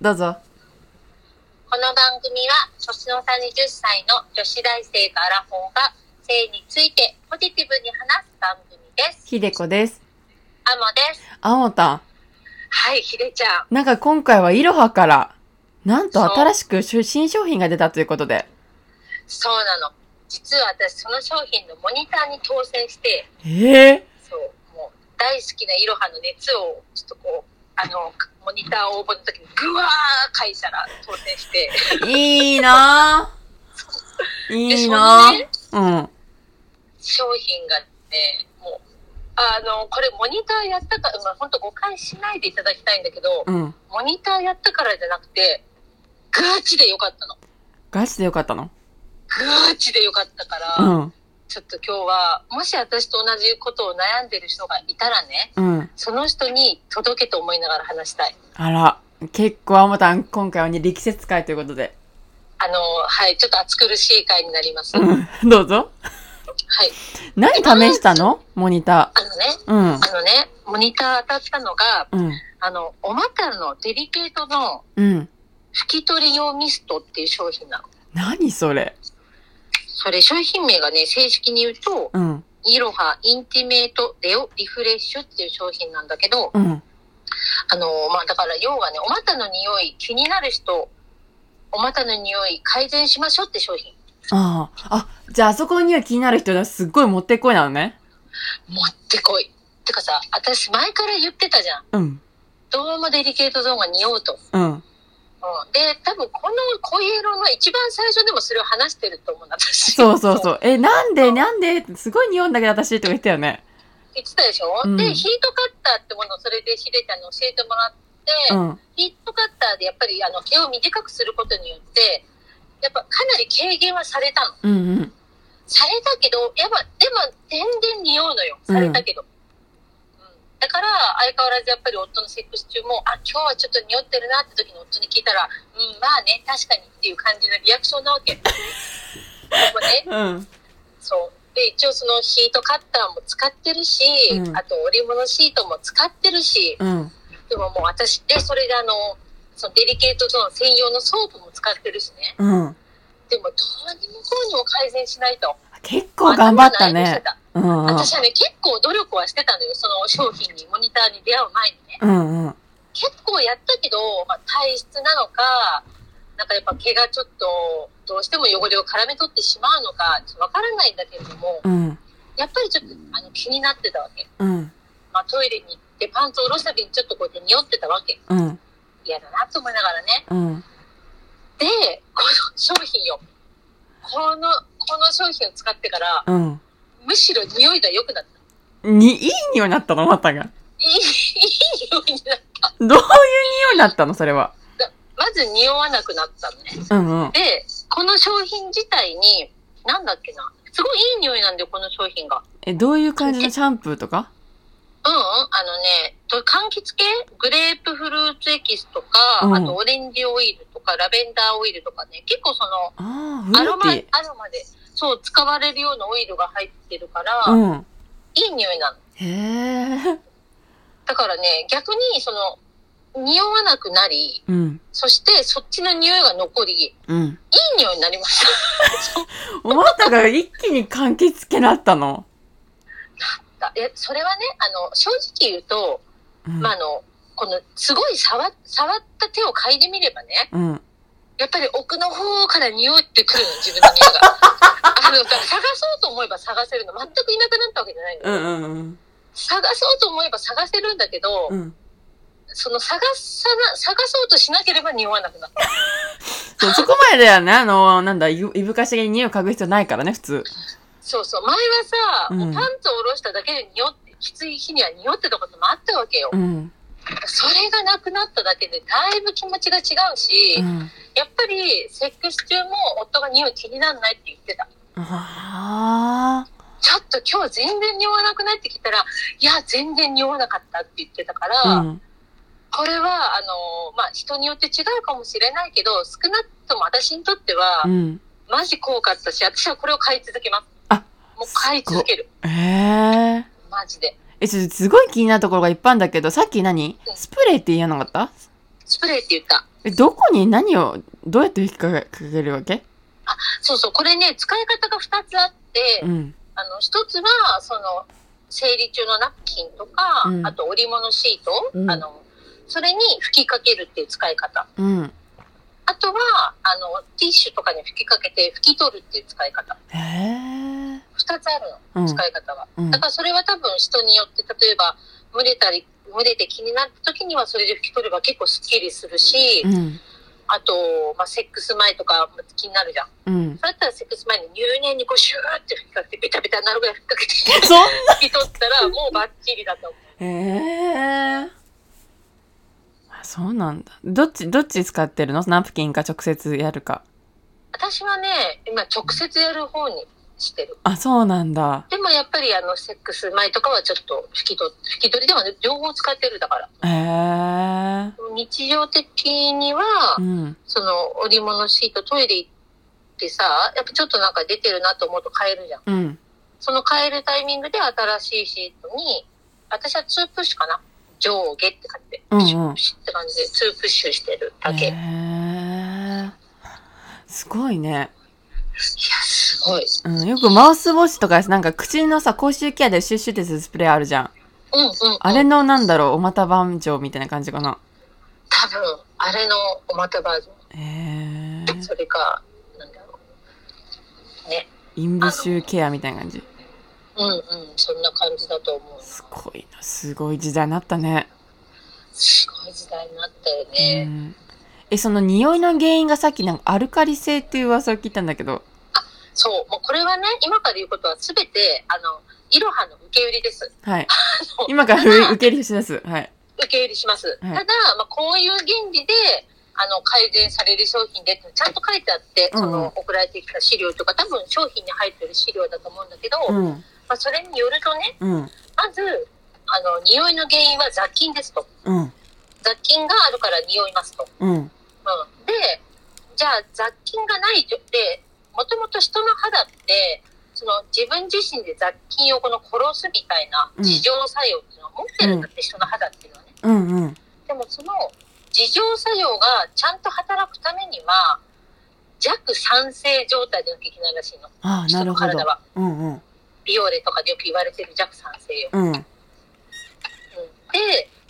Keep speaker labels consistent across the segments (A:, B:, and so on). A: どうぞ。
B: この番組は、年の差20歳の女子大生とアラフォーが、性についてポジティブに話す番組です。
A: ひでこです。
B: アモです。
A: あもた
B: はい、ひでちゃん。
A: ん。なんか今回はいろはから、なんと
B: そう
A: 新しくしゅ新商品が出たということで。
B: そうなの。実は私、その商品のモニターに当選して、
A: ええ
B: そう、もう、大好きなイロハの熱を、ちょっとこう、あの、モニター応募の時に、ぐわー返したら当選して。
A: いいなぁ。
B: で
A: いい
B: そ
A: な
B: の
A: ぁ
B: ね。
A: うん。
B: 商品がね、もう、あの、これモニターやったから、まあ、ほんと誤解しないでいただきたいんだけど、
A: うん。
B: モニターやったからじゃなくて、ガチでよかったの。
A: ガチでよかったの。
B: ガチでよかったから、
A: うん。
B: ちょっと今日は、もし私と同じことを悩んでる人がいたらね、
A: うん。
B: その人に届けと思いながら話したい。
A: あら。結構あもたん、今回はね、力説会ということで。
B: あの、はい、ちょっと暑苦しい回になります。はい。
A: うん。どうぞ。何試したのモニタ
B: あのね、
A: ー。うん。
B: あのね、モニター当たったのが、
A: うん。
B: あの、お股のデリケートの
A: うん。
B: 拭き取り用ミストっていう商品なの。
A: 何それ。
B: それ商品名がね、正式に言うと、
A: うん。
B: イロハインティメートレオリフレッシュっていう商品なんだけど、
A: うん。
B: あのーまあ、だから要はね、お股の匂い気になる人、お股の匂い改善しましょうって商品。
A: ああ。あ、じゃああそこには気になる人だ。すっごいもってこいなのね。
B: 持ってこい。てかさ、私前から言ってたじゃん。
A: うん。
B: どうもデリケートゾーンが匂うと。
A: うん。
B: うん、で、多分この濃い色の一番最初でもそれを話してると思うの私。
A: そうそう
B: う。
A: そう。え、なんでなんですごい匂うんだけど私とか言ってたよね。
B: 言ってたでしょ、
A: うん
B: で、ヒートカッターってものをそれでヒデちゃんに教えてもらって、
A: うん。
B: ヒートカッターでやっぱりあの毛を短くすることによって、やっぱかなり軽減はされたの。
A: うんうん。
B: されたけど、やっぱ、でも全然匂うのよ。されたけど。うんだから、相変わらずやっぱり夫のセックス中も、あ、今日はちょっと匂ってるなって時に夫に聞いたら、うん、まあね、確かにっていう感じのリアクションなわ け。でもね、
A: うん。
B: そう。で、一応そのヒートカッターも使ってるし、
A: うん
B: あと織物シートも使ってるし、
A: うん。
B: でももう私でそれであのそのデリケートゾーン専用のソープも使ってるしね
A: うん。
B: でもどうにもこうにも改善しないと
A: 結構頑張った
B: 頭悩んで
A: ね。
B: た
A: うんうん。
B: 私はね結構努力はしてたのよその商品にモニターに出会う前にね
A: うんうん。
B: 結構やったけど、まあ、体質なのかなんかやっぱ毛がちょっとどうしても汚れを絡め取ってしまうのかちょっとわからないんだけれども
A: うん。
B: やっぱりちょっとあの気になってたわけ、
A: うん。
B: まあ、トイレに行ってパンツを下ろした時にちょっとこうやって匂ってたわけ
A: うん。
B: 嫌だなと思いながらね
A: うん。
B: で、この商品よ。この、この商品を使ってから、
A: うん。
B: むしろ匂いが良くなった。
A: に、いい匂いになったのまたが。
B: いい、いい匂いになっ
A: どういう匂いになったのそれは。
B: まず匂わなくなったのね。
A: うんうん。
B: で、この商品自体に、なんだっけな。すごいいい匂いなんだよ、この商品が。
A: え、どういう感じのシャンプーとか
B: うんうん、あのね、と柑橘系グレープフルーツエキスとか、
A: うん
B: あとオレンジオイルとか、ラベンダーオイルとかね、結構その、
A: ああ、フ
B: ア
A: ル
B: ロ
A: ー
B: マ、ア
A: テ
B: ロマで、そう、使われるようなオイルが入ってるから、
A: ィー。うん。
B: いい匂いなの。
A: へえ。
B: だからね、逆に、その、匂わなくなり、
A: うん。
B: そして、そっちの匂いが残り、いい
A: うん。
B: 匂いになりました。
A: おまたが一気に柑橘系になったの。
B: え、それはね、あの、正直言うと、
A: うん
B: まあ、あの、この、すごい触、触った手を嗅いでみればね、
A: うん。
B: やっぱり奥の方から匂ってくるの、自分の匂 いが。あの、だから探そうと思えば探せるの、全くいなくなったわけじゃないの、
A: うんうんうん。
B: 探そうと思えば探せるんだけど、
A: うん。
B: その探さな、探そうとしなければ匂わなくなった。
A: そうそこまでだよね。あの、なんだ、いぶいぶかしげに匂いを嗅ぐ必要ないからね、普通。
B: そうそう、前はさ、
A: うん
B: もうパンツを下ろしただけで匂って、きつい日には匂ってたこともあったわけよ。
A: うん。
B: それがなくなっただけで、だいぶ気持ちが違うし、
A: うん。
B: やっぱり、セックス中も夫が匂い気にならないって言ってた。
A: ああ。
B: ちょっと今日全然匂わなくないって聞いたら、いや、全然匂わなかったって言ってたから、
A: うん。
B: これは、あのまあ、人によって違うかもしれないけど、少なくとも私にとっては、
A: うん。
B: マジ効果あったし、私はこれを買い続けます。
A: あ
B: もう買い続ける。
A: ええ。
B: マジで。
A: え、ちょっとすごい気になるところがいっぱいあるんだけど、さっき何スプレーって言えなかった
B: スプレーって言った。
A: え、どこに何を、どうやって引っ掛けかけるわけ
B: そうそう、これね、使い方が2つあって、
A: うん。
B: あの、一つは、その、生理中のナプキンとか、
A: うん
B: あと織物シート、
A: うん
B: あの、それに吹きかけるっていう使い方。
A: うん。
B: あとは、あの、ティッシュとかに吹きかけて拭き取るっていう使い方。
A: へえ。
B: 二つある
A: うん
B: の、使い方が。
A: うん
B: だ。からそれは多分人によって、例えば、蒸れたり、蒸れて気になった時にはそれで拭き取れば結構スッキリするし、
A: うん。
B: あと、まあ、セックス前とか気になるじゃん。
A: うん。
B: そうやったらセックス前に入念にこうシューって吹きかけて、ベタベタになるぐらい吹きかけて、
A: そん
B: 拭き取っ たらもうバッチリだと思う。
A: へえ。あ、そうなんだ。どっち、どっち使ってるのナプキンか直接やるか。
B: 私はね、今直接やる方にしてる。
A: あ、そうなんだ。
B: でもやっぱりあの、セックス前とかはちょっと拭き取、拭き取りでもね、両方使ってるだから。
A: へえ。
B: 日常的には
A: う、ん。
B: その織物シートトイレ行ってさ、やっぱちょっとなんか出てるなと思うと変えるじゃん。
A: うん。
B: その変えるタイミングで新しいシートに、私は2プッシュかな上下って感じで、
A: うんう
B: プ
A: ん
B: シュプシュって感じで2プッシュしてるだけ。
A: へ
B: いや、
A: え。すごいね。
B: すごい。
A: うん。よくマウスウォッシュとか、なんか口のさ、口臭ケアでシュッシュってするスプレーあるじゃん。
B: うんうんうん、
A: あれのなんだろう、お股番長みたいな感じかな。
B: 多分、あれのおまたバージョン。
A: へえ。
B: それか、なんだろう。ね。
A: インブシューケアみたいな感じ。
B: うんうん、そんな感じだと思う。
A: すごいな。すごい時代になったね。
B: すごい時代になったよ
A: う
B: ね。
A: んえ、その匂いの原因がさっきなんかアルカリ性っていう噂を聞いたんだけど。
B: そう、もうこれはね、今から言うことはすべて、あの、いろはの受け売りです。
A: はい。
B: そう
A: 今から受受け入れしです。はい。
B: 受け売りします。
A: はい
B: ただ、まあ、こういう原理で、あの、改善される商品でってちゃんと書いてあって、
A: うんうん
B: その、送られてきた資料とか、多分商品に入ってる資料だと思うんだけど、
A: う
B: ま
A: ん。
B: あ、それによるとね、
A: うん。
B: まず、あの、匂いの原因は雑菌ですと。
A: うん。
B: 雑菌があるから匂いますと。
A: うん。
B: うん、でじゃあ雑菌がない状でもともと人の肌ってその自分自身で雑菌をこの殺すみたいな
A: うん
B: 自浄作用っていうのを持ってるんだって、人の肌っていうのはね
A: うん。うん。
B: でもその自浄作用がちゃんと働くためには弱酸性状態でなきゃいけないらしいの
A: ああ、な
B: 人
A: る
B: の
A: ほど
B: 体。は
A: うんうん。
B: ビオレとかでよく言われてる弱酸性よ、
A: うん。
B: うん、で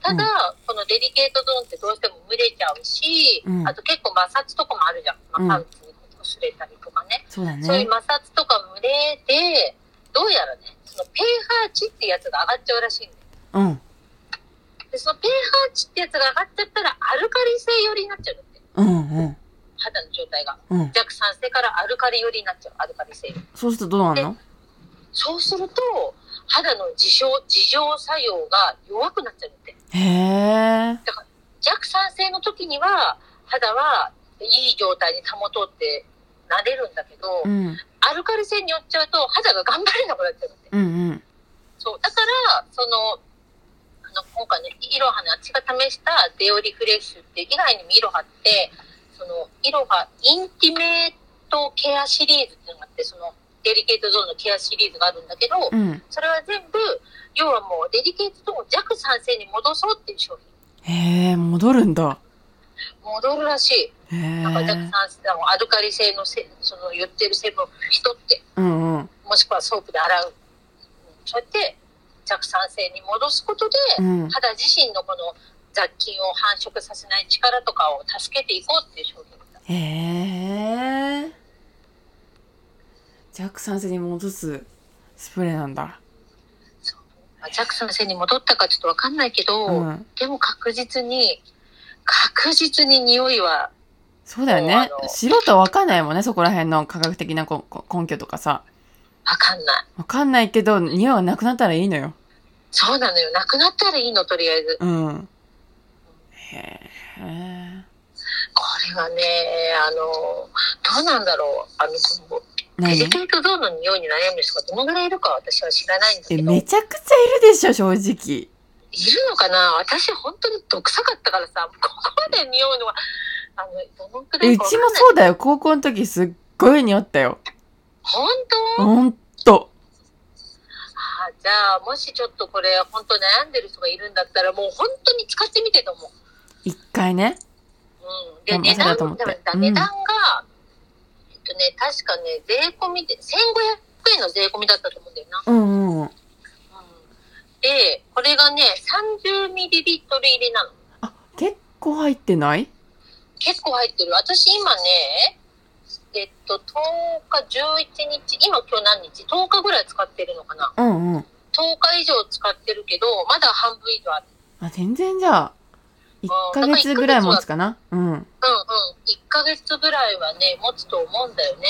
B: ただ、このデリケートゾーンってどうしても蒸れちゃうし、
A: うん
B: あと結構摩擦とかもあるじゃん、まあ
A: うん
B: パンツにこう擦れたりとかね
A: そうだ
B: そうい
A: ね。
B: う摩擦とか群れで、どうやらね、その pH 値ってやつが上がっちゃうらしいんだ
A: う
B: よ。
A: ん。
B: で、その pH 値ってやつが上がっちゃったら、アルカリ性寄りになっちゃうんだって。
A: うんうん。
B: 肌の状態が。
A: うん。
B: 弱酸性からアルカリ寄りになっちゃう、アルカリ性。
A: そうするとどうなるの
B: そうすると、肌の自傷、自浄作用が弱くなっちゃうんだって。
A: へえ。
B: 弱酸性の時には、肌はいい状態に保とうってなれるんだけど、
A: うん。
B: アルカリ性に寄っちゃうと、肌が頑張れなくなっちゃうんだって。
A: うんうん。
B: そう。だから、その、あの、今回ね、イロハの私が試したデオリフレッシュっていう以外にもイロハって、その、イロハインティメートケアシリーズっていうのがあって、その、デリケートゾーンのケアシリーズがあるんだけど、
A: うん。
B: それは全部、要はもうデリケートゾーンを弱酸性に戻そうっていう商品。
A: へえ、戻るんだ。
B: 戻るらしい。
A: へ
B: なんか弱酸
A: え。
B: 性、あのアルカリ性のせ、その言ってる成分を拭き取って、
A: うんうん。
B: もしくはソープで洗う。うんそうやって弱酸性に戻すことで、
A: うん。
B: 肌自身のこの雑菌を繁殖させない力とかを助けていこうっていう商品だ。
A: へえ。弱酸性に戻すスプレーなんだ。
B: まあジャクソン先生に戻ったかちょっとわかんないけど、
A: うん。
B: でも確実に、確実に匂いは、
A: そうだよね
B: そうあ。の
A: 素人はわかんないもんね、そこら辺の科学的なここ根拠とかさ。
B: わかんない。
A: わかんないけど、匂いがなくなったらいいのよ。
B: そうなのよ。なくなったらいいの、とりあえず。
A: うん。へえ。
B: これはね、あの、どうなんだろう。あの、このデ
A: 何
B: リケートゾーンの匂いに悩む人がどのぐらいいるか私は知らないんだけ
A: え、
B: ど、
A: めちゃくちゃいるでしょ、正直。
B: いるのかな私本当に毒臭かったからさ、ここまで匂うのは、あの、どのくら
A: え
B: いうかわ
A: ち
B: かん
A: も
B: ない。
A: そうだよ。高校の時すっごい匂ったよ。
B: 本当
A: ほんと。
B: あじゃあもしちょっとこれ本当悩んでる人がいるんだったらもう本当に使ってみてと思う
A: 一回ね。
B: うん。
A: で
B: で、
A: も
B: 値
A: そうだ
B: 段、
A: と
B: で
A: 思
B: も
A: って
B: ね
A: うん
B: 値段が、えっとね、確かね、税込みで、1500円の税込みだったと思うんだよな。
A: うんうん。
B: うん。で、これがね、30ミリリットル入りなの。
A: あ、結構入ってない
B: 結構入ってる。私今ね、えっと、10日、11日、今今日何日 ?10 日ぐらい使ってるのかな
A: うんうん。
B: ?10 日以上使ってるけど、まだ半分以上ある。
A: あ、全然じゃあ、一ヶ月ぐらい持つかなうん。
B: うんうん。1ヶ月ぐらいはね、持つと思うんだよね。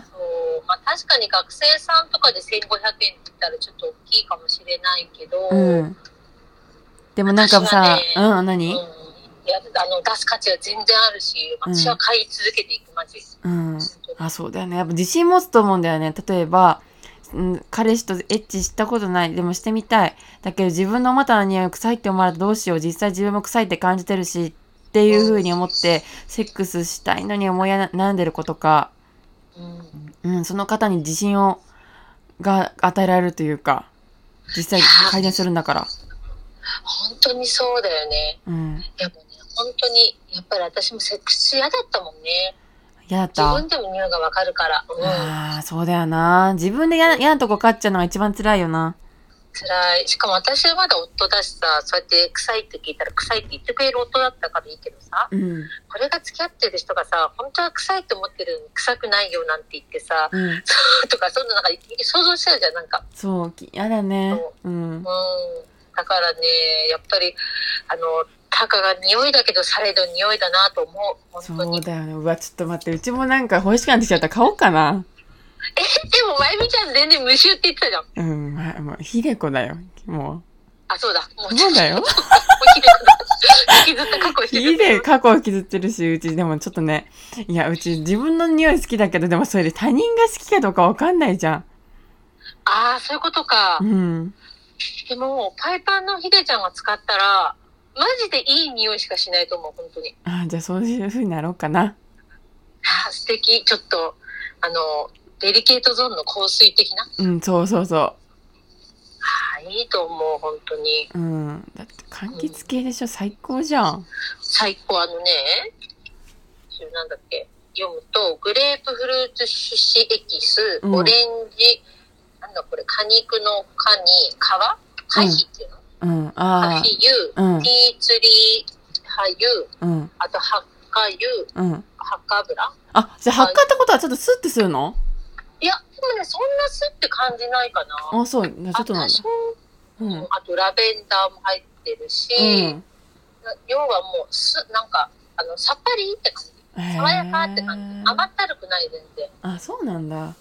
A: へえ。
B: そうまあ、確かに学生さんとかで1500円って言ったらちょっと大きいかもしれないけど、
A: うん。でもなんか
B: 私は
A: さ
B: ね、
A: うん、
B: うん
A: 何
B: いやあの出す価値は全然あるし私は買い続けていくマジで、
A: うん。
B: 本当に
A: あ、そうだよね。やっぱ自信持つと思うんだよね。例えば、うん彼氏とエッチしたことない。でもしてみたい。だけど自分のお股の匂い臭いって思われたらどうしよう。実際自分も臭いって感じてるし、っていう風に思って、セックスしたいのに思い悩んでる子とか、
B: うん
A: うん、その方に自信を、が与えられるというか、実際改善するんだから。
B: 本当にそうだよね
A: うん。
B: でもね本当にやっぱり私もセックス中嫌だったもんね
A: 嫌だっ
B: 自
A: た
B: 分でも匂いがわかるから、うん、
A: ああ、そうだよな。自分で嫌嫌なとこ勝っちゃうのが一番辛いよな。
B: 辛いしかも私はまだ夫だしさそうやって臭いって聞いたら臭いって言ってくれる夫だったからいいけどさ
A: うん。
B: これが付き合ってる人がさ本当は臭いと思ってるのに臭くないよなんて言ってさ
A: うん。
B: とかそんななんか想像しちゃうじゃんなんか
A: そう、き嫌だね。う
B: うん
A: ん。
B: だからねやっぱりあのたかが匂いだけどされど匂いだなと思う
A: そ
B: 本当
A: う
B: に
A: だよね。うわ、ちょっと待って。うちもなんか欲しくなってきちゃった。買おうかな。
B: えでもまゆみちゃん全然無臭って言ってたじゃん
A: うん。まあ、もう、ひでこだよ。も
B: あそうだも
A: う。そうだよ。
B: ひでこ引きずった過去引
A: ひ
B: きずっ
A: で、過去を傷ってるし、うち、でもちょっとね。いや、うち、自分の匂い好きだけど、でもそれで他人が好きかどうかわかんないじゃ
B: たああそういうことか、
A: ん。うん。
B: でもパイパンのひでちゃんが使ったらマジでいい匂いしかしないと思う本当に
A: あじゃあ、そういう風になろうかな。
B: あー素敵ちょっとあのデリケートゾーンの香水的な
A: うん、そうそうそ
B: あーいいと思う本当に
A: う。うん。だって、柑橘系でしょ最高じゃん。
B: 最高あのねなんだっけ読むとグレープフルーツ種子エキス
A: うん
B: オレンジ、なんだこれ果肉の果に皮果皮っていうの、
A: うん。あ
B: 果
A: あ。
B: 皮油
A: うん
B: ティーツリー葉油
A: うん。
B: あとハッカ油
A: うん。
B: ハッカ油
A: あ、じゃあ発火ってことはちょっとスッてするの
B: いやでもねそんな酢って感じないかな
A: あ、そう。ちょっとなんだ
B: あ多。少
A: うん。
B: あとラベンダーも入ってるし、
A: うん。
B: な要はもうすなんかあのさっぱりって感じ爽やかって感じ、
A: へー
B: 甘ったるくない全然
A: あ、そうなんだ。
B: うん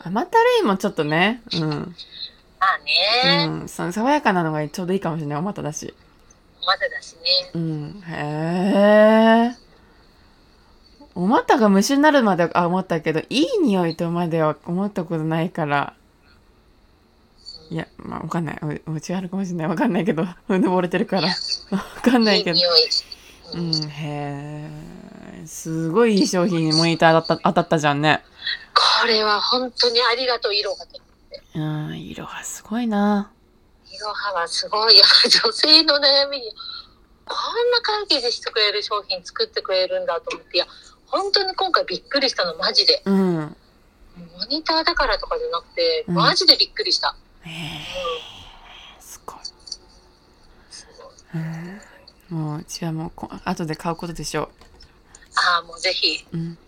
A: 甘ったるいもちょっとね。うん。
B: まあね、
A: うん。その爽やかなのがちょうどいいかもしれない。お股だし。
B: まだだしね。
A: うん。へえ。お股が無臭になるまではあ思ったけど、いい匂いとまでは思ったことないから。いや、まあ、わかんない。おうちあるかもしれない。わかんないけど。 登れてるから。わかんない
B: いい
A: け
B: 匂
A: ど
B: い。。う
A: うんん、へえ。すごいいい商品にモニター当たった当たったじゃんね。
B: これは本当にありがとう、いろはと。
A: うん、色はすごいな。
B: いろははすごい、やっぱ女性の悩みに、こんな解決してくれる商品作ってくれるんだと思って、いや、本当に今回びっくりしたの、マジで。
A: うん。
B: モニターだからとかじゃなくて、
A: うん
B: マジでびっくりした。
A: へえ、すごい。
B: すごい
A: うん、もう、うちはもうこ、後で買うことでしょ
B: ああ、もうぜひ、
A: う。うん。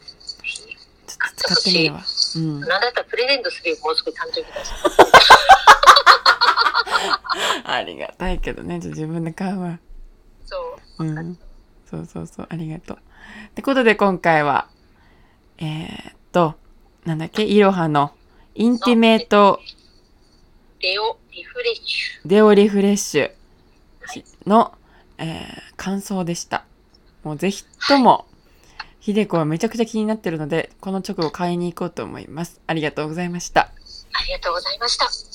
A: ちょっと使ってみるわ。うん。
B: なんだったらプレゼントするよ、もうすぐ誕生日だし。
A: ありがたいけどね、ちょっと自分で買うわ。
B: そう。
A: うん。そうそうそう、ありがとう。ってことで今回は、えー、っと、なんだっけ、イロハのインティメート
B: レオリフレッシュ。
A: デオリフレッシュの、えー感想でした。もうぜひとも、ひでこはめちゃくちゃ気になってるので、この直後買いに行こうと思います。ありがとうございました。
B: ありがとうございました。